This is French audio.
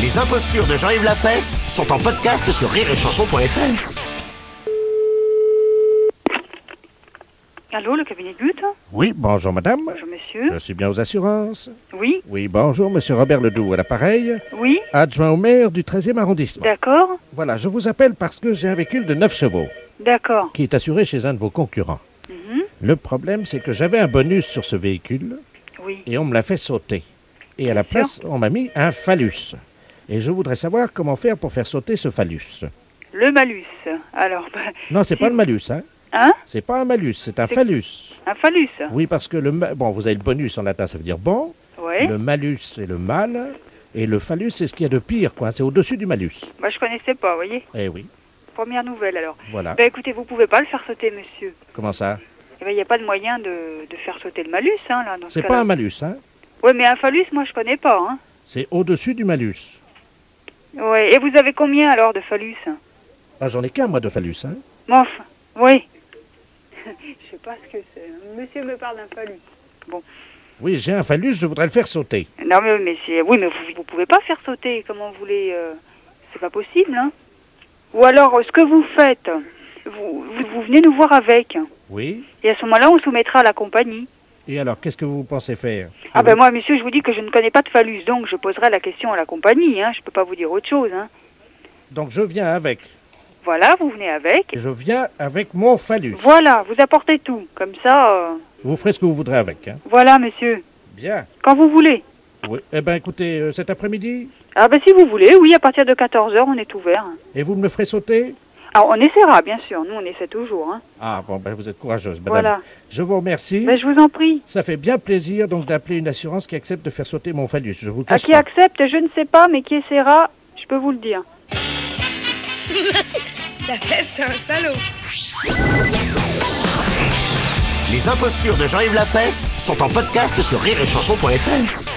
Les impostures de Jean-Yves Lafesse sont en podcast sur rireetchanson.fr. Allô, le cabinet de lutte Oui, bonjour madame. Bonjour, monsieur. Je suis bien aux assurances. Oui, Oui, bonjour monsieur Robert Ledoux à l'appareil, oui, adjoint au maire du 13e arrondissement. d'accord, Voilà, je vous appelle parce que j'ai un véhicule de 9 chevaux d'accord. qui est assuré chez un de vos concurrents. Mhm, Le problème, c'est que j'avais un bonus sur ce véhicule Oui, et on me l'a fait sauter. Et à la Bien place, on m'a mis un phallus. Et je voudrais savoir comment faire pour faire sauter ce phallus. le malus. Alors, bah, Non, c'est pas le malus, hein Hein C'est pas un malus, c'est un C'est- phallus. un phallus. Oui, parce que le... ma- Bon, vous avez le bonus en latin, ça veut dire bon. Oui, Le malus, c'est le mal. Et le phallus, c'est ce qu'il y a de pire, quoi. C'est au-dessus du malus. bah, je connaissais pas, voyez. Eh oui, Première nouvelle, alors. voilà. Bah, écoutez, vous pouvez pas le faire sauter, monsieur. Eh ben, Comment ça Il n'y a pas de moyen de, de faire sauter le malus, hein, là, dans ce C'est pas cas-là. un malus, hein Oui, mais un phallus, moi, je connais pas, hein. C'est au-dessus du malus. Ouais. Et vous avez combien, alors, de phallus Ah, j'en ai qu'un, moi, de phallus, hein Bon, enfin, oui. Je sais pas ce que c'est. Monsieur me parle d'un phallus. Oui, j'ai un phallus, je voudrais le faire sauter. Non, mais, mais c'est... Oui, mais vous ne pouvez pas faire sauter, comment vous voulez... euh, C'est pas possible, hein Ou alors, euh, ce que vous faites, vous, vous, vous venez nous voir avec. Oui. Et à ce moment-là, on soumettra à la compagnie. Et alors, qu'est-ce que vous pensez faire Ah ben moi, monsieur, je vous dis que je ne connais pas de phallus, donc je poserai la question à la compagnie, hein. Je peux pas vous dire autre chose, hein. Donc, je viens avec. Voilà, vous venez avec. Je viens avec mon phallus. Voilà, vous apportez tout. Comme ça, euh, Vous ferez ce que vous voudrez avec, hein voilà, monsieur. Bien. Quand vous voulez. Oui. Eh ben, écoutez, euh, cet après-midi, Ah ben si vous voulez, oui, à partir de 14h, on est ouvert. et vous me le ferez sauter Alors, on essaiera, bien sûr. Nous, on essaie toujours, hein. Ah, bon, ben, vous êtes courageuse, madame. Voilà. Je vous remercie. Mais je vous en prie. Ça fait bien plaisir donc d'appeler une assurance qui accepte de faire sauter mon phallus. Je vous le À cache qui pas. accepte, je ne sais pas, mais qui essaiera, je peux vous le dire. La peste, un salaud. Les impostures de Jean-Yves Lafesse sont en podcast sur rireetchanson.fr.